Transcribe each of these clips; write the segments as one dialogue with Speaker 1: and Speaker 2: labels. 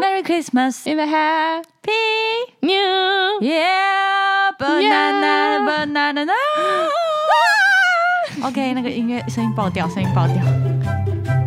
Speaker 1: Merry Christmas,
Speaker 2: In the
Speaker 1: happy
Speaker 2: new
Speaker 1: yeah, banana, banana, banana. OK，那个音乐声音爆掉，声音爆掉。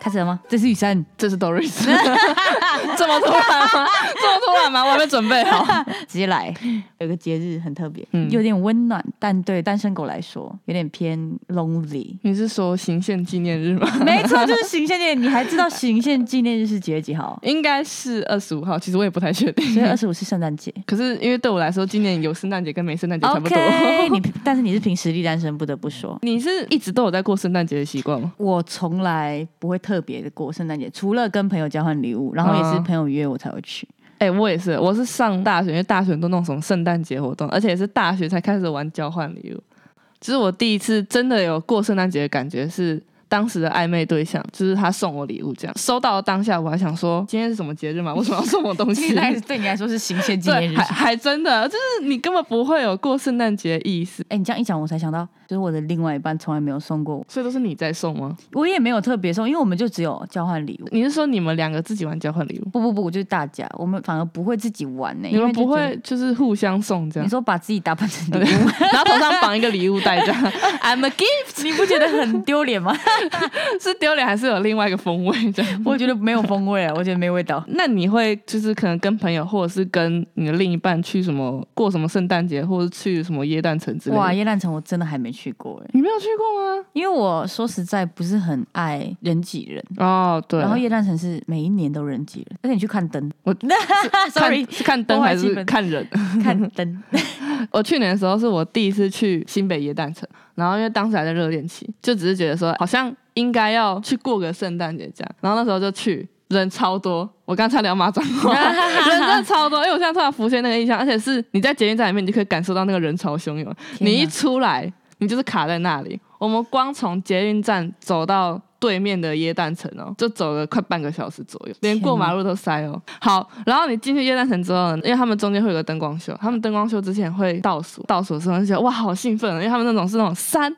Speaker 1: 开始了吗？这是雨山，
Speaker 2: 这是 Doris，这么突然吗？这么突然吗？我还没准备好。
Speaker 1: 直接来。有个节日很特别，
Speaker 2: 嗯
Speaker 1: 有点温暖，但对单身狗来说有点偏 lonely。
Speaker 2: 你是说行宪纪念日吗？
Speaker 1: 没错，就是行宪纪念。你还知道行宪纪念日是几月几号？
Speaker 2: 应该是二十五号，其实我也不太确定。
Speaker 1: 所以二十五是圣诞节。
Speaker 2: 可是因为对我来说，今年有圣诞节跟没圣诞节差不多。
Speaker 1: OK，你但是你是凭实力单身，不得不说，
Speaker 2: 你是一直都有在过圣诞节的习惯吗？
Speaker 1: 我从来不会特别的过圣诞节，除了跟朋友交换礼物，然后也是
Speaker 2: 嗯
Speaker 1: 朋友约我才会 去。
Speaker 2: 哎、我也是，我是上大学，因为大学都弄什么圣诞节活动，而且也是大学才开始玩交换礼物。其实我第一次真的有过圣诞节的感觉是。当时的暧昧对象就是他送我礼物，这样收到当下我还想说今天是什么节日吗？为什么要送我东 西？
Speaker 1: 对你来说是行 宪
Speaker 2: 对，还还真的就是你根本不会有过圣诞节的意思，
Speaker 1: 哎、你这样一讲，我才想到，就是我的另外一半从来没有送过我，
Speaker 2: 所以都是你在送吗？
Speaker 1: 我也没有特别送，因为我们就只有交换礼物。
Speaker 2: 你是说你们两个自己玩交换礼物，
Speaker 1: 不不不，就是大家，我们反而不会自己玩呢、
Speaker 2: 你
Speaker 1: 因
Speaker 2: 们
Speaker 1: 为就
Speaker 2: 不
Speaker 1: 觉
Speaker 2: 会
Speaker 1: 得？
Speaker 2: 就是互相送这
Speaker 1: 你
Speaker 2: 样？
Speaker 1: 说把自己打扮成礼物，
Speaker 2: 然后头上绑一个礼物袋这样 ，I'm a gift，
Speaker 1: 你不觉得很丢脸吗？
Speaker 2: 是丢脸还是有另外一个风味这样？
Speaker 1: 我觉得没有风味啊，我觉得没味道。
Speaker 2: 那你会就是可能跟朋友或者是跟你的另一半去什么过什么圣诞节，或者去什么耶诞城之类
Speaker 1: 哇，
Speaker 2: 的？
Speaker 1: 耶诞城我真的还没去过哎、
Speaker 2: 你没有去过吗？
Speaker 1: 因为我说实在不是很爱人挤人，
Speaker 2: 哦，对，
Speaker 1: 然后夜诞城是每一年都人挤人，而且你去看灯，
Speaker 2: 我
Speaker 1: sorry
Speaker 2: 看是看灯
Speaker 1: 破坏
Speaker 2: 还
Speaker 1: 气
Speaker 2: 是
Speaker 1: 氛
Speaker 2: 看人？
Speaker 1: 看灯，
Speaker 2: 我去年的时候是我第一次去新北耶诞城，然后因为当时还在热恋期，就只是觉得说好像应该要去过个圣诞节这样，然后那时候就去。人超多，我刚才聊马脏 话，人真的超多，因为我现在突然浮现那个印象，而且是你在捷运站里面，你就可以感受到那个人潮汹涌。
Speaker 1: 哪
Speaker 2: 你一出来，你就是卡在那里。我们光从捷运站走到对面的耶诞城哦，就走了快半个小时左右，连过马路都塞哦。好，然后你进去耶诞城之后呢，因为他们中间会有个灯光秀，他们灯光秀之前会倒数，倒数的时候就觉得哇好兴奋哦，因为他们那种是那种三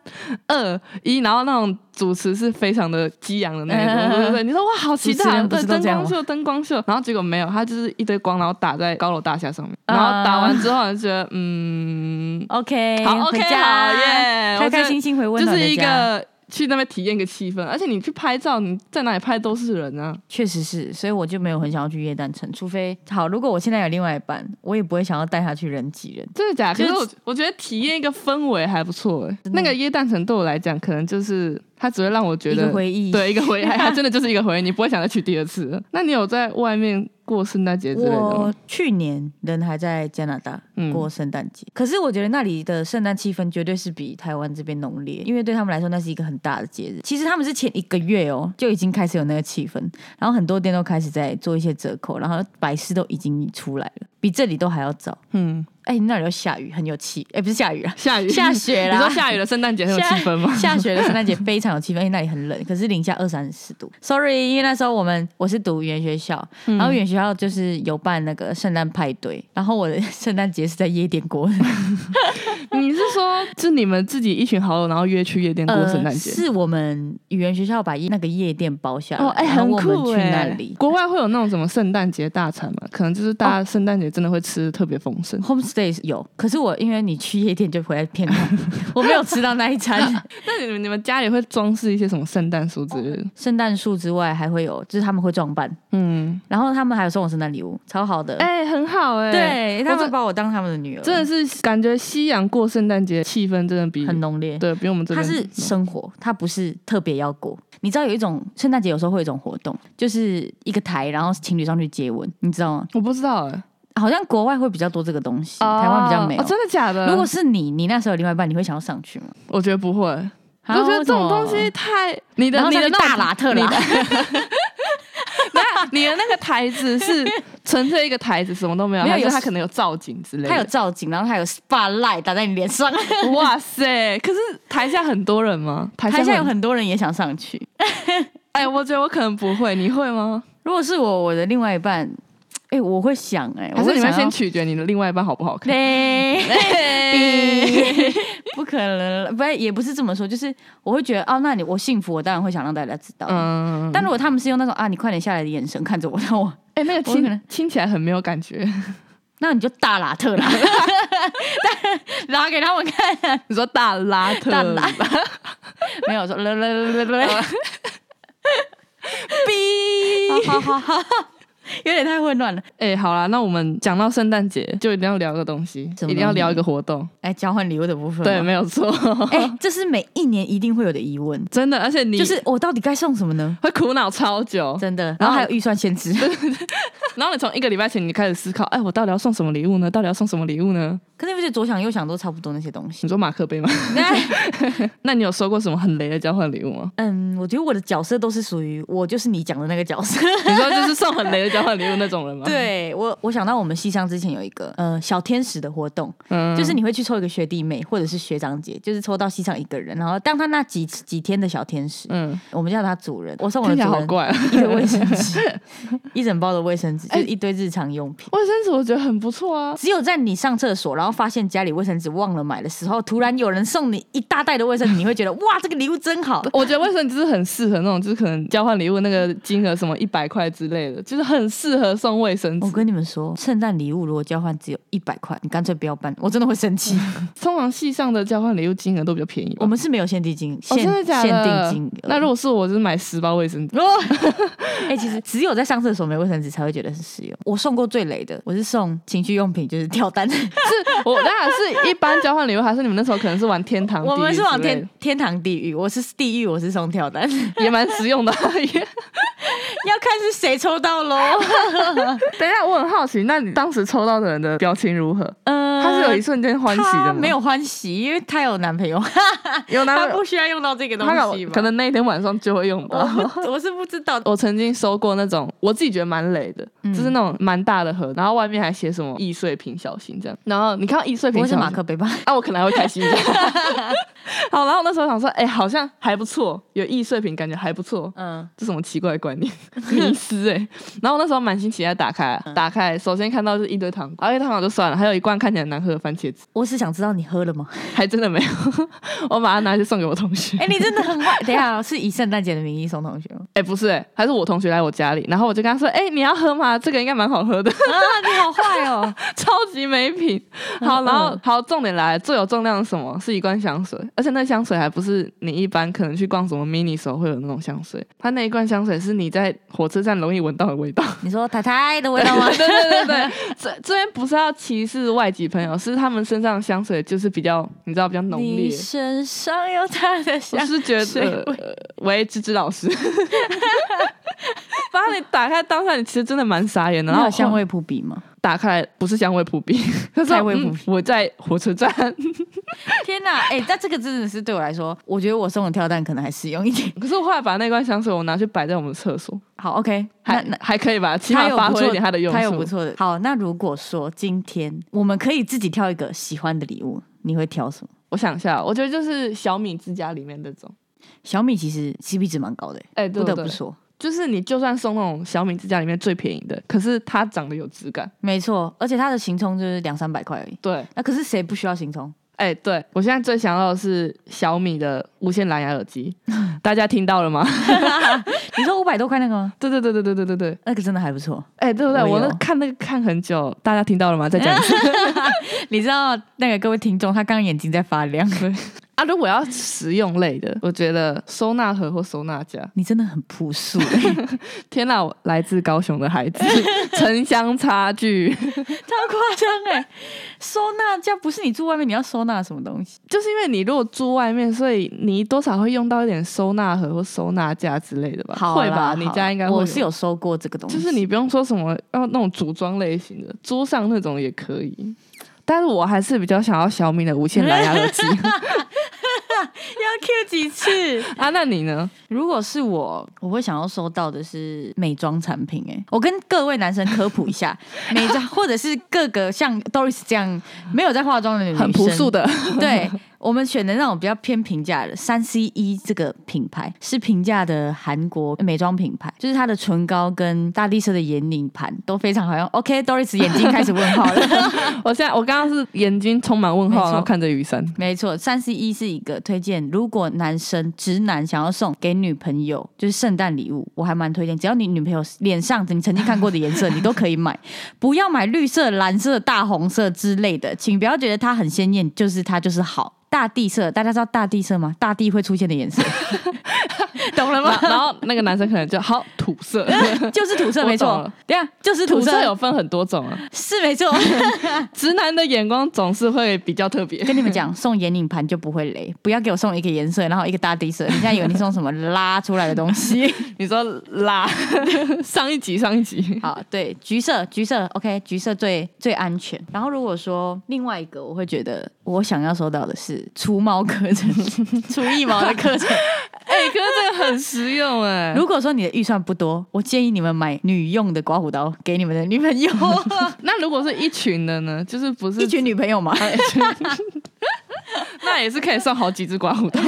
Speaker 2: 二一，然后那种主持是非常的激昂的那种， 对对对，你说哇好期
Speaker 1: 主持
Speaker 2: 待哦，
Speaker 1: 人不
Speaker 2: 对
Speaker 1: 是都
Speaker 2: 灯
Speaker 1: 这样
Speaker 2: 光
Speaker 1: 吗
Speaker 2: 秀灯光秀，然后结果没有，他就是一堆光，然后打在高楼大厦上面，然后打完之后你就觉得嗯。
Speaker 1: OK，
Speaker 2: 好，OK，
Speaker 1: 哎回家
Speaker 2: 好耶我觉
Speaker 1: 开开
Speaker 2: 得
Speaker 1: 心心回温
Speaker 2: 就
Speaker 1: 暖
Speaker 2: 是
Speaker 1: 的
Speaker 2: 一
Speaker 1: 家，
Speaker 2: 个去那边体验一个气氛，而且你去拍照，你在哪里拍都是人啊。
Speaker 1: 确实是，所以我就没有很想要去夜诞城，除非好，如果我现在有另外一半，我也不会想要带他去人挤人。
Speaker 2: 真的假的？
Speaker 1: 就
Speaker 2: 可
Speaker 1: 是嗯
Speaker 2: 是我我觉得体验一个氛围还不错哎、
Speaker 1: 真的
Speaker 2: 那个椰蛋城对我来讲，可能就是它只会让我觉
Speaker 1: 一个
Speaker 2: 得
Speaker 1: 回忆，
Speaker 2: 对一个 回忆，它真的就是一个回忆，你不会想再去第二次了。那你有在外面过圣诞节之类的吗
Speaker 1: 我？去年人还在加拿大
Speaker 2: 嗯
Speaker 1: 过圣诞节，可是我觉得那里的圣诞气氛绝对是比台湾这边浓烈，因为对他们来说那是一个很大的节日。其实他们是前一个月哦就已经开始有那个气氛，然后很多店都开始在做一些折扣，然后百事都已经出来了，比这里都还要早。
Speaker 2: 嗯，
Speaker 1: 哎、那里又下雨，很有气。哎、不是下雨啊，
Speaker 2: 下雨
Speaker 1: 下雪啦
Speaker 2: 你说下雨的圣诞节很有气氛吗？
Speaker 1: 下雪的圣诞节非常有气氛，因为那里很冷，可是零下二三十度。Sorry，因为那时候我们我是读语言学校，
Speaker 2: 嗯
Speaker 1: 然后语言学校就是有办那个圣诞派对，然后我的圣诞节是在夜店过的，
Speaker 2: 你是说，就你们自己一群好友，然后约去夜店过圣诞节？
Speaker 1: 是我们语言学校把那个夜店包下来，
Speaker 2: 哦，哎、
Speaker 1: 然后
Speaker 2: 很
Speaker 1: 我们
Speaker 2: 酷
Speaker 1: 去
Speaker 2: 哎、
Speaker 1: 那里。
Speaker 2: 国外会有那种什么圣诞节大餐嘛？可能就是大家圣诞节真的会吃得特别丰盛。
Speaker 1: Homestay 有，可是我因为你去夜店就回来骗 我，我没有吃到那一餐。
Speaker 2: 那你们你们家里会装饰一些什么圣诞树之类的？
Speaker 1: 圣诞树之外还会有，就是他们会装扮，
Speaker 2: 嗯，
Speaker 1: 然后他们还有送我圣诞礼物，超好的。
Speaker 2: 哎、很好哎、
Speaker 1: 对，他
Speaker 2: 我
Speaker 1: 们
Speaker 2: 这
Speaker 1: 把我当他们的女儿，
Speaker 2: 真的是感觉西洋过圣诞节气氛真的比
Speaker 1: 很浓烈。
Speaker 2: 对比我们这
Speaker 1: 它
Speaker 2: 边
Speaker 1: 是
Speaker 2: 浓
Speaker 1: 生活，它不是特别要过。你知道有一种圣诞节有时候会有一种活动，就是一个台，然后情侣上去接吻，你知道吗？
Speaker 2: 我不知道哎、
Speaker 1: 好像国外会比较多这个东西，
Speaker 2: 哦
Speaker 1: 台湾比较没有。
Speaker 2: 哦真的假的？
Speaker 1: 如果是你，你那时候有另外一半，你会想要上去吗？
Speaker 2: 我觉得不会，我
Speaker 1: 啊
Speaker 2: 觉得这种东，
Speaker 1: 为什
Speaker 2: 西
Speaker 1: 么
Speaker 2: 太你
Speaker 1: 然
Speaker 2: 的
Speaker 1: 后
Speaker 2: 你
Speaker 1: 上
Speaker 2: 的
Speaker 1: 去
Speaker 2: 那种
Speaker 1: 大喇特
Speaker 2: 你
Speaker 1: 喇
Speaker 2: 的， 那你的那个台子是 纯粹一个台子，什么都没有，
Speaker 1: 没有
Speaker 2: 还是
Speaker 1: 有
Speaker 2: 它可能有造景之类的。
Speaker 1: 它有造景，然后它有 spotlight 打在你脸上，
Speaker 2: 哇塞！可是台下很多人吗？台
Speaker 1: 台下有
Speaker 2: 很
Speaker 1: 很多人也想上去。
Speaker 2: 哎、我觉得我可能不会，你会吗？
Speaker 1: 如果是我，我的另外一半，哎、我会想哎、
Speaker 2: 还
Speaker 1: 我
Speaker 2: 是你
Speaker 1: 会
Speaker 2: 们
Speaker 1: 想
Speaker 2: 先
Speaker 1: 要
Speaker 2: 取决你的另外一半好不好看？
Speaker 1: 嘞。
Speaker 2: 对
Speaker 1: 不可能了，不也不是这么说，就是我会觉得哦，那你我幸福，我当然会想让大家知道。
Speaker 2: 嗯，
Speaker 1: 但如果他们是用那种啊，你快点下来的眼神看着我，那我
Speaker 2: 哎、那个
Speaker 1: 我可能
Speaker 2: 亲亲起来很没有感觉。
Speaker 1: 那你就大拉特拉，拉给他们看，
Speaker 2: 你说大拉特，
Speaker 1: 大拉，没有说啦啦啦啦啦，
Speaker 2: 逼。
Speaker 1: 好好好，有点太混乱了。
Speaker 2: 哎、好啦，那我们讲到圣诞节，就一定要聊个东西，
Speaker 1: 什么
Speaker 2: 一定要
Speaker 1: 东西
Speaker 2: 聊一个活动。
Speaker 1: 哎，交换礼物的部分，
Speaker 2: 对，，没有错，
Speaker 1: 哎，这是每一年一定会有的疑问，
Speaker 2: 真的，而且你
Speaker 1: 就是我到底该送什么呢？
Speaker 2: 会苦恼超久，
Speaker 1: 真的，然后还有预算限制，
Speaker 2: 然后你从一个礼拜前你就开始思考，哎，我到底要送什么礼物呢？到底要送什么礼物呢？
Speaker 1: 可是你不觉得左想右想都差不多那些东西？
Speaker 2: 你？说马克杯吗？ 那你有收过什么很雷的交换礼物吗
Speaker 1: 嗯，我觉得我的角色都是属于我就是你讲的那个 角色。
Speaker 2: 你说就是送很雷的交换礼物那种人吗？，
Speaker 1: 对我，我想到我们西商之前有一个呃小天使的活动，
Speaker 2: 嗯
Speaker 1: 就是你会去抽一个学弟妹或者是学长姐，就是抽到西上一个人，然后当他那几几天的小天使，
Speaker 2: 嗯，
Speaker 1: 我们叫他主人，我送我
Speaker 2: 听起
Speaker 1: 的
Speaker 2: 来
Speaker 1: 主
Speaker 2: 好
Speaker 1: 人
Speaker 2: 怪、啊。
Speaker 1: 一个卫生 纸，一整包的卫生纸，就
Speaker 2: 哎
Speaker 1: 是一堆日常用品。
Speaker 2: 卫生纸我觉得很不错啊，
Speaker 1: 只有在你上厕所，然后发现家里卫生纸忘了买的时候，突然有人送你一大袋的卫生纸，你会觉得哇，这个礼物真好。
Speaker 2: 我觉得卫生纸是很适合那种，就是可能交换礼物那个金额什么一百块之类的，就是很适合送卫生
Speaker 1: 我
Speaker 2: 纸。
Speaker 1: 跟你们说，圣诞礼物如果交换只有一百块，你干脆不要办，我真的会 生气。
Speaker 2: 通常系上的交换礼物金额都比较便宜吧。
Speaker 1: 我们是没有限定金，
Speaker 2: 哦，
Speaker 1: 限、
Speaker 2: 真的假
Speaker 1: 限
Speaker 2: 的？
Speaker 1: 定金额。
Speaker 2: 那如果是我，就是买十包卫生纸。
Speaker 1: 哦， 哎、其实只有在上厕所没卫生纸才会觉得是实用。我送过最雷的，我是送情趣用品，就是 跳蛋。
Speaker 2: 是我当然是一般交换礼物，还是你们那时候可能是玩天堂？
Speaker 1: 我们是往
Speaker 2: 地狱
Speaker 1: 天
Speaker 2: 之
Speaker 1: 天堂地狱，我是地狱，我是 送跳蛋，要
Speaker 2: 类的，也蛮实用的。啊
Speaker 1: 看是谁抽到 喽。
Speaker 2: 等一下，我很好奇，那你当时抽到的人的表情如何？
Speaker 1: 嗯、
Speaker 2: 他是有一瞬间欢喜的
Speaker 1: 她
Speaker 2: 吗？
Speaker 1: 没有欢喜，因为她有男朋友，
Speaker 2: 有 男
Speaker 1: 她
Speaker 2: 朋友，
Speaker 1: 不需要用到这个东
Speaker 2: 他
Speaker 1: 西吧？
Speaker 2: 可能那一天晚上就会用
Speaker 1: 我
Speaker 2: 到。
Speaker 1: 不， 我是不知道。
Speaker 2: 我曾经收过那种我自己觉得蛮累的，就是那种蛮大的盒，然后外面还写什么易碎品小心这样。然后你看到易碎
Speaker 1: 不
Speaker 2: 品
Speaker 1: 会
Speaker 2: 小
Speaker 1: 是
Speaker 2: 心，
Speaker 1: 马克杯吧？
Speaker 2: 啊，我可能还会开心一下。 好，然后那时候想说，哎、好像还不错，有易碎品，感觉还不错。
Speaker 1: 嗯，
Speaker 2: 这什么奇怪的 观念，迷失哎、然后我那时候满心期待打开，打开，首先看到是一堆糖果，啊，一堆糖果就算了，还有一罐看起来难喝的番茄汁，
Speaker 1: 我只想知道你喝了吗？
Speaker 2: 还真的没有， 我把它拿去送给我同学。
Speaker 1: 哎、你真的很坏。 等一下，是以圣诞节的名义送同学吗？
Speaker 2: 哎、不是、欸，还是我同学来我家里，然后我就跟他说：“哎、你要喝吗？这个应该蛮好喝的，
Speaker 1: 啊，你好坏哦！
Speaker 2: 超级没品。”好，
Speaker 1: 嗯
Speaker 2: 然后
Speaker 1: 嗯
Speaker 2: 好，重点来了，最有重量是什么？是一罐香水，而且那香水还不是你一般可能去逛什么 mini 时候会有那种香水，它那一罐香水是你在火车站容易闻到的味道。
Speaker 1: 你说太太的味道吗？
Speaker 2: 对对对对，这这边不是要歧视外籍朋友，是他们身上的香水就是比较，你知道比较浓
Speaker 1: 你
Speaker 2: 烈。
Speaker 1: 身上有他的
Speaker 2: 我
Speaker 1: 香，
Speaker 2: 是觉
Speaker 1: 水
Speaker 2: 得，呃喂，芝芝老师， 把你打开当下，你其实真的蛮傻 眼的。然
Speaker 1: 然
Speaker 2: 后
Speaker 1: 后
Speaker 2: 我
Speaker 1: 香
Speaker 2: 后
Speaker 1: 味扑鼻吗？
Speaker 2: 打开来不是香味扑鼻， 他说
Speaker 1: 菜味扑
Speaker 2: 嗯
Speaker 1: 鼻
Speaker 2: 我在火车 站。
Speaker 1: 天哪，哎、但这个真的是对我来说，我觉得我送的跳蛋可能还实用一点。
Speaker 2: 可是我后来把那罐香水我拿去摆在我们厕所，
Speaker 1: 好，OK，那
Speaker 2: 还
Speaker 1: 那。
Speaker 2: 还可以吧，起
Speaker 1: 它
Speaker 2: 码
Speaker 1: 有
Speaker 2: 发
Speaker 1: 不
Speaker 2: 挥
Speaker 1: 错
Speaker 2: 一点它的用
Speaker 1: 它有不
Speaker 2: 处。
Speaker 1: 错的。好，那如果说今天我们可以自己挑一个喜欢的礼物，你会挑什么？
Speaker 2: 我想一下，我觉得就是小米之家里面那种，
Speaker 1: 小米其实 CP 值蛮高的、
Speaker 2: 哎，
Speaker 1: 不
Speaker 2: 对
Speaker 1: 得
Speaker 2: 对
Speaker 1: 不说，
Speaker 2: 就是你就算送那种小米之家里面最便宜的，可是它长得有质感。
Speaker 1: 没错，而且它的行充就是两三百块而已。
Speaker 2: 对，
Speaker 1: 那、可是谁不需要行充？
Speaker 2: 哎、对我现在最想要的是小米的无线蓝牙耳 机，大家听到了吗？
Speaker 1: 你说五百多块那个吗？
Speaker 2: 对对对对对对对对，
Speaker 1: 那个真的还不错。
Speaker 2: 哎、对不对？
Speaker 1: 我有
Speaker 2: 我那看那个看很久，大家听到了吗？再讲 一次
Speaker 1: 你知道那个各位听众，他刚刚眼睛在发亮。
Speaker 2: 啊！如果要实用类的，我觉得收纳盒或收纳架。
Speaker 1: 你真的很朴 素、
Speaker 2: 天哪，我来自高雄的孩子，城乡差 距，
Speaker 1: 超夸张哎！收纳架不是你住外面，你要收纳什么东西？
Speaker 2: 就是因为你如果住外面，所以你多少会用到一点收纳盒或收纳架之类的吧？
Speaker 1: 好啦
Speaker 2: 会吧？
Speaker 1: 好
Speaker 2: 你家应该会
Speaker 1: 我是有收过这个东西，
Speaker 2: 就是你不用说什么要那种组装类型的，桌上那种也可以。但是我还是比较想要小米的无线蓝牙 耳机
Speaker 1: 要 Q 几次？
Speaker 2: 啊。那你呢？
Speaker 1: 如果是我，我会想要收到的是美妆产品哎、我跟各位男生科普一下， 美妆或者是各个像 Doris 这样没有在化妆的女生，
Speaker 2: 很朴素的，
Speaker 1: 对。我们选的那种比较偏平价的三 C 一这个品牌是平价的韩国美妆品牌，就是它的唇膏跟大地色的眼影盘都非常好用。OK，Doris、眼睛开始问号了。
Speaker 2: 我现在我刚刚是眼睛充满问
Speaker 1: 没
Speaker 2: 号，
Speaker 1: 错
Speaker 2: 然后看着雨 伞。
Speaker 1: 没错，三 C 一是一个推荐，如果男生直男想要送给女朋友，就是圣诞礼物，我还蛮推荐。只要你女朋友脸上你曾经看过的颜色，你都可以买，不要买绿色、蓝色、大红色之类的，请不要觉得它很鲜艳，就是它就是好。大地色，大家知道大地色吗？大地会出现的颜色， 懂了
Speaker 2: 然
Speaker 1: 吗
Speaker 2: 后？然后那个男生可能就好 土色，
Speaker 1: 就是土色，没
Speaker 2: 我懂
Speaker 1: 错
Speaker 2: 了。
Speaker 1: 对啊，就是
Speaker 2: 土
Speaker 1: 土
Speaker 2: 色
Speaker 1: 色，
Speaker 2: 有分很多种啊。
Speaker 1: 是没错。
Speaker 2: 直男的眼光总是会比较特别。
Speaker 1: 跟你们讲，送眼影盘就不会雷，不要给我送一个颜色，然后一个大地色。你现在以为你送什么拉出来的东西？
Speaker 2: 你说啦， 上一集上一 集，
Speaker 1: 好，对，橘色，橘色，OK，橘色最最安全。然后如果说另外一个，我会觉得我想要收到的是除毛课 程，除腋毛的课 程。
Speaker 2: 哎、可是这个很实用哎、
Speaker 1: 如果说你的预算不多，我建议你们买女用的刮胡刀给你们的女 朋友，
Speaker 2: 啊 那如果是一群的呢？就是不是
Speaker 1: 一群女朋 友嘛。
Speaker 2: 那也是可以送好几只刮 胡刀。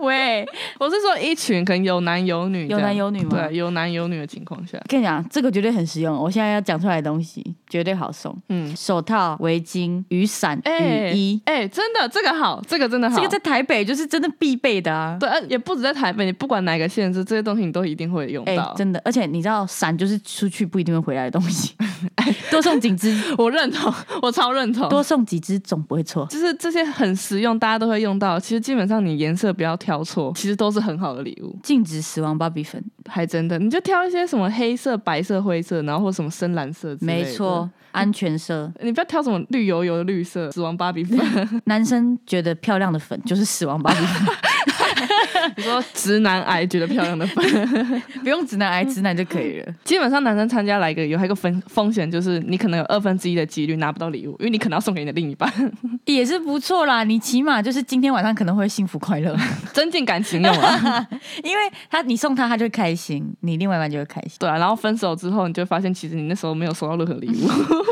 Speaker 1: 喂，
Speaker 2: 我是说一群，可能有男有女这样，
Speaker 1: 有男有女吗
Speaker 2: 对，有男有女的情况下，
Speaker 1: 跟你讲，这个绝对很实用。我现在要讲出来的东西绝对好送，
Speaker 2: 嗯，
Speaker 1: 手套、围巾、雨伞、
Speaker 2: 哎、
Speaker 1: 雨衣，
Speaker 2: 哎、真的这个好，这个真的好，
Speaker 1: 哎这个在台北就是真的必备的啊。
Speaker 2: 对，呃也不止在台北，你不管哪个县市，这些东西你都一定会用
Speaker 1: 哎、
Speaker 2: 到。
Speaker 1: 真的，而且你知道，伞就是出去不一定会回来的东 西，多送几支，
Speaker 2: 我认同，我超认同。
Speaker 1: 多送几支总不会错。
Speaker 2: 就是这些很实用，大家都会用到。其实基本上你颜色不要挑错，其实都是很好的礼物，
Speaker 1: 禁止死亡芭比粉，
Speaker 2: 还真的。你就挑一些什么黑色、白色、灰色，然后或什么深蓝色之类
Speaker 1: 没
Speaker 2: 的
Speaker 1: 错，，安全色。
Speaker 2: 你不要挑什么绿油油的绿色，死亡芭比粉。
Speaker 1: 男生觉得漂亮的粉就是死亡芭比粉，
Speaker 2: 你说直男癌觉得漂亮的粉，
Speaker 1: 不用直男癌直男就可以了。
Speaker 2: 基本上男生参加来一个有还有一个风风险，就是你可能有二分之一的几率拿不到礼物，因为你可能要送给你的另一半，
Speaker 1: 也是不错啦，你起码就是今天晚上可能会幸福 快乐，
Speaker 2: 增进感情用啊。
Speaker 1: 因为他你送他他就会开心，你另外一半就会开心，
Speaker 2: 对啊，然后分手之后，你就会发现其实你那时候没有收到任何礼 物。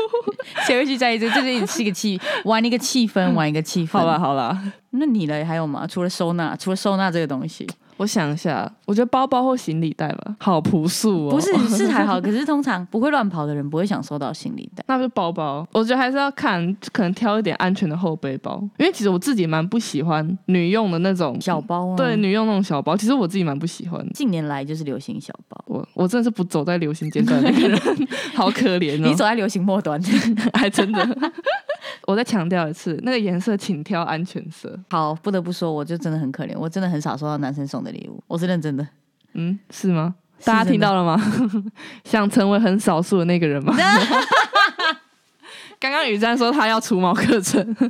Speaker 1: 谁会去在意这？这就是是一个气，玩一个气氛，玩一个气氛。
Speaker 2: 好啦，好啦，
Speaker 1: 那你嘞还有吗？除了收纳，除了收纳这个东西，
Speaker 2: 我想一下，我觉得包包或行李袋吧，好朴素哦。
Speaker 1: 不是 是还好，可是通常不会乱跑的人不会想收到行李袋。
Speaker 2: 那就包包，我觉得还是要看，可能挑一点安全的后背包，因为其实我自己蛮不喜欢女用的那种
Speaker 1: 小包啊，
Speaker 2: 对，女用那种小包，其实我自己蛮不喜欢的。
Speaker 1: 近年来就是流行小包。
Speaker 2: 我我真的是不走在流行阶段的那个 人，好可怜哦。
Speaker 1: 你走在流行末端。
Speaker 2: 还真的。 我再强调一次，那个颜色请挑安全色。
Speaker 1: 好，不得不说，我就真的很可怜，我真的很少收到男生送的礼物，我是认真的。
Speaker 2: 嗯，是吗？
Speaker 1: 是
Speaker 2: 大家
Speaker 1: 真的
Speaker 2: 听到了吗？ 想成为很少数的那个 人吗？刚刚雨珊说她要除毛课程，
Speaker 1: 没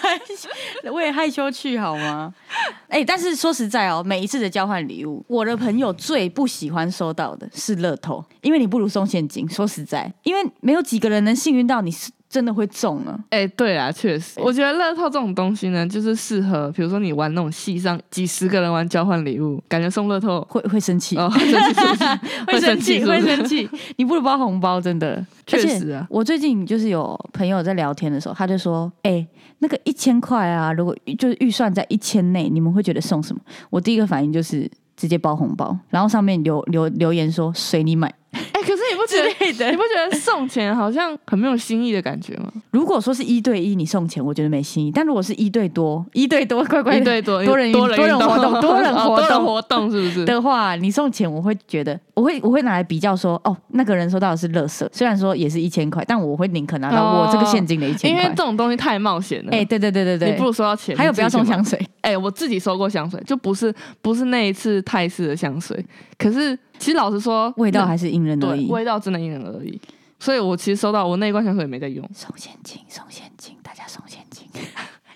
Speaker 1: 关系，我也害羞去好吗？ 哎、但是说实在哦，每一次的交换礼物，我的朋友最不喜欢收到的是乐透，因为你不如送现金。说实在，因为没有几个人能幸运到你是真的会中啊。
Speaker 2: 哎、对啊，确实，我觉得乐透这种东西呢，就是适合，比如说你玩那种戏上几十个人玩交换礼物，感觉送乐透
Speaker 1: 会会生气，
Speaker 2: 哦， 会生气是不是
Speaker 1: 会生气，
Speaker 2: 是不
Speaker 1: 会
Speaker 2: 是
Speaker 1: 生气。你不如包红包，真的。
Speaker 2: 确
Speaker 1: 而且
Speaker 2: 实啊
Speaker 1: 我最近就是有朋友在聊天的时候，他就说：“哎、那个一千块啊，如果就是预算在一千内，你们会觉得送什么？”我第一个反应就是直接包红包，然后上面留留留言说随你买
Speaker 2: 哎、可是你不觉
Speaker 1: 之
Speaker 2: 得
Speaker 1: 类
Speaker 2: 你
Speaker 1: 的。
Speaker 2: 不觉得送钱好像很没有新意的感觉吗？
Speaker 1: 如果说是一对一，你送钱，我觉得没新意；但如果是一对多，一 对多，乖乖
Speaker 2: 一
Speaker 1: 的
Speaker 2: 对多
Speaker 1: 多人
Speaker 2: 多人
Speaker 1: 多人
Speaker 2: 运动
Speaker 1: 活 动多人
Speaker 2: 哦
Speaker 1: 活
Speaker 2: 多人
Speaker 1: 动
Speaker 2: 活动是不是？
Speaker 1: 的话，你送钱，我会觉得，我会我会拿来比较说，哦，那个人收到的是乐色，虽然说也是一千块，但我会宁可拿到
Speaker 2: 哦
Speaker 1: 我这个现金的一千
Speaker 2: 因为
Speaker 1: 块
Speaker 2: 这。种东西太冒险了。
Speaker 1: 哎、对对对对
Speaker 2: 你不
Speaker 1: 对，
Speaker 2: 如收到钱。
Speaker 1: 还有不要送
Speaker 2: 你自己去买。
Speaker 1: 香水，
Speaker 2: 哎、我自己收过香水，就不是不是那一次泰式的香水，可是其实老实说，
Speaker 1: 味道还是因人
Speaker 2: 那
Speaker 1: 而
Speaker 2: 对，
Speaker 1: 异。
Speaker 2: 味道真的因人而异。所以我其实收到我那一罐香水也没在用，
Speaker 1: 送现金，送现金，大家送现金，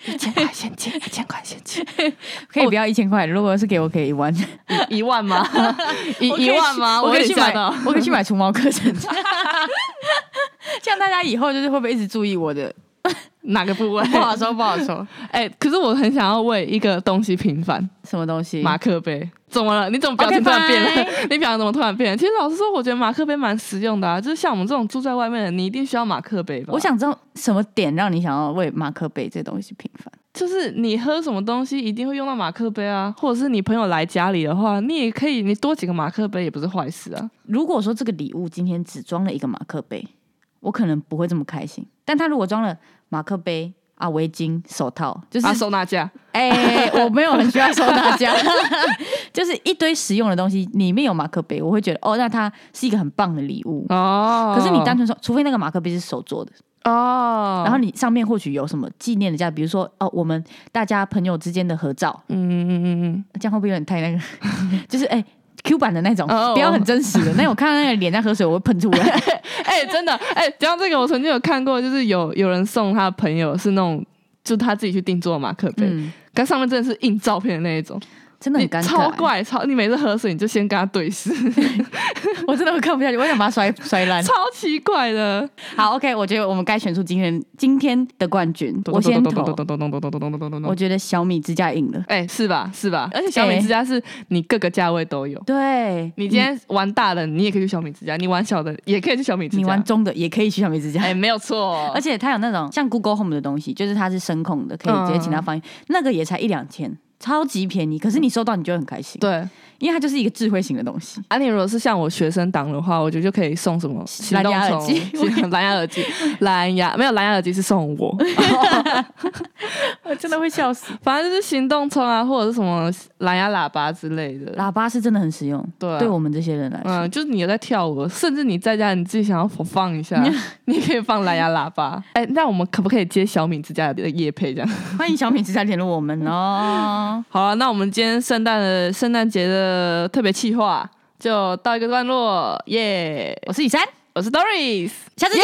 Speaker 2: 一千块现金，一千块现 金，
Speaker 1: 可以不要一千块，如果是给我可以一万，
Speaker 2: 一万吗？ 一
Speaker 1: 我可以
Speaker 2: 一万吗？
Speaker 1: 我可
Speaker 2: 有
Speaker 1: 以
Speaker 2: 点
Speaker 1: 去
Speaker 2: 吓
Speaker 1: 买
Speaker 2: 到。，
Speaker 1: 我可以去 买除毛课程。这样大家以后就是会不会一直注意我的
Speaker 2: 哪个部位？
Speaker 1: 不好说，不好说。
Speaker 2: 哎、可是我很想要为一个东西平反，
Speaker 1: 什么东西？
Speaker 2: 马克杯。怎么了？你怎么表情
Speaker 1: 嗯 OK，
Speaker 2: 突然变了
Speaker 1: bye
Speaker 2: 你表情怎么突然变了？其实老实说，我觉得马克杯蛮实用的啊，就是像我们这种住在外面的，你一定需要马克杯吧？
Speaker 1: 我想知道什么点让你想要为马克杯这东西平反？
Speaker 2: 就是你喝什么东西一定会用到马克杯啊，或者是你朋友来家里的话，你也可以，你多几个马克杯也不是坏事啊。
Speaker 1: 如果说这个礼物今天只装了一个马克杯，我可能不会这么开心。但他如果装了马克杯啊、围巾、手套，就是
Speaker 2: 啊，收纳架，
Speaker 1: 哎、我没有很需要收大家，就是一堆实用的东西，里面有马克杯，我会觉得哦，那它是一个很棒的礼物。
Speaker 2: 哦，
Speaker 1: 可是你单纯说，除非那个马克杯是手做的，
Speaker 2: 哦，
Speaker 1: 然后你上面或许有什么纪念的价值，比如说哦，我们大家朋友之间的合照，
Speaker 2: 嗯嗯嗯嗯，
Speaker 1: 这样会不会有点太那个？ 就是哎、Q 版的那种，
Speaker 2: 哦哦
Speaker 1: 不要很真实的。那我看到那个脸在喝水，我会喷出 来。
Speaker 2: 哎、真的，哎、讲到这个，我曾经有看过，就是有有人送他的朋友是那种，就他自己去定做的马克杯，
Speaker 1: 嗯，
Speaker 2: 但上面真的是印照片的那一种，
Speaker 1: 真的很
Speaker 2: 你
Speaker 1: 尴尬、欸
Speaker 2: 超怪，超你每次喝水你就先跟他对视，
Speaker 1: 我真的会看不下去，我想把它摔摔烂。
Speaker 2: 超奇怪的。
Speaker 1: 好，OK，我觉得我们该选出今天今天的冠军，我先投。我觉得小米之家赢了。
Speaker 2: 哎、是吧？是吧？而且小米之家是你各个价位都有。
Speaker 1: 对，
Speaker 2: 你今天玩大的，你也可以去小米之家；你玩小的，也可以去小米之家。
Speaker 1: 你玩中的也可以去小米之家。
Speaker 2: 哎、没有错。
Speaker 1: 而且它有那种像 Google Home 的东西，就是它是声控的，可以直接请它放音，那个也才一两千，超级便宜。可是你收到你就会很开心，
Speaker 2: 对，
Speaker 1: 因为它就是一个智慧型的东西。
Speaker 2: 啊，你如果是像我学生党的话，我觉得就可以送什么行动
Speaker 1: 蓝牙耳
Speaker 2: 充
Speaker 1: 机
Speaker 2: 行蓝牙耳 机、蓝牙没有蓝牙耳机是送我，
Speaker 1: 我真的会笑死。
Speaker 2: 反正就是行动充啊，或者是什么蓝牙喇叭之类的。
Speaker 1: 喇叭是真的很实用，
Speaker 2: 对啊
Speaker 1: 对我们这些人来说，
Speaker 2: 嗯，就是你有在跳舞，甚至你在家你自己想要放一 下，你也可以放蓝牙喇叭。哎、那我们可不可以接小米之家的夜配这样？
Speaker 1: 欢迎小米之家联络我们哦。
Speaker 2: 好啊，那我们今天圣诞的圣诞节的特别企划就到一个段落，耶、
Speaker 1: 我是雨珊，
Speaker 2: 我是 Doris，
Speaker 1: 下次见，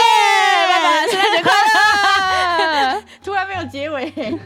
Speaker 2: 拜拜，圣诞节快乐！
Speaker 1: 突然没有结尾。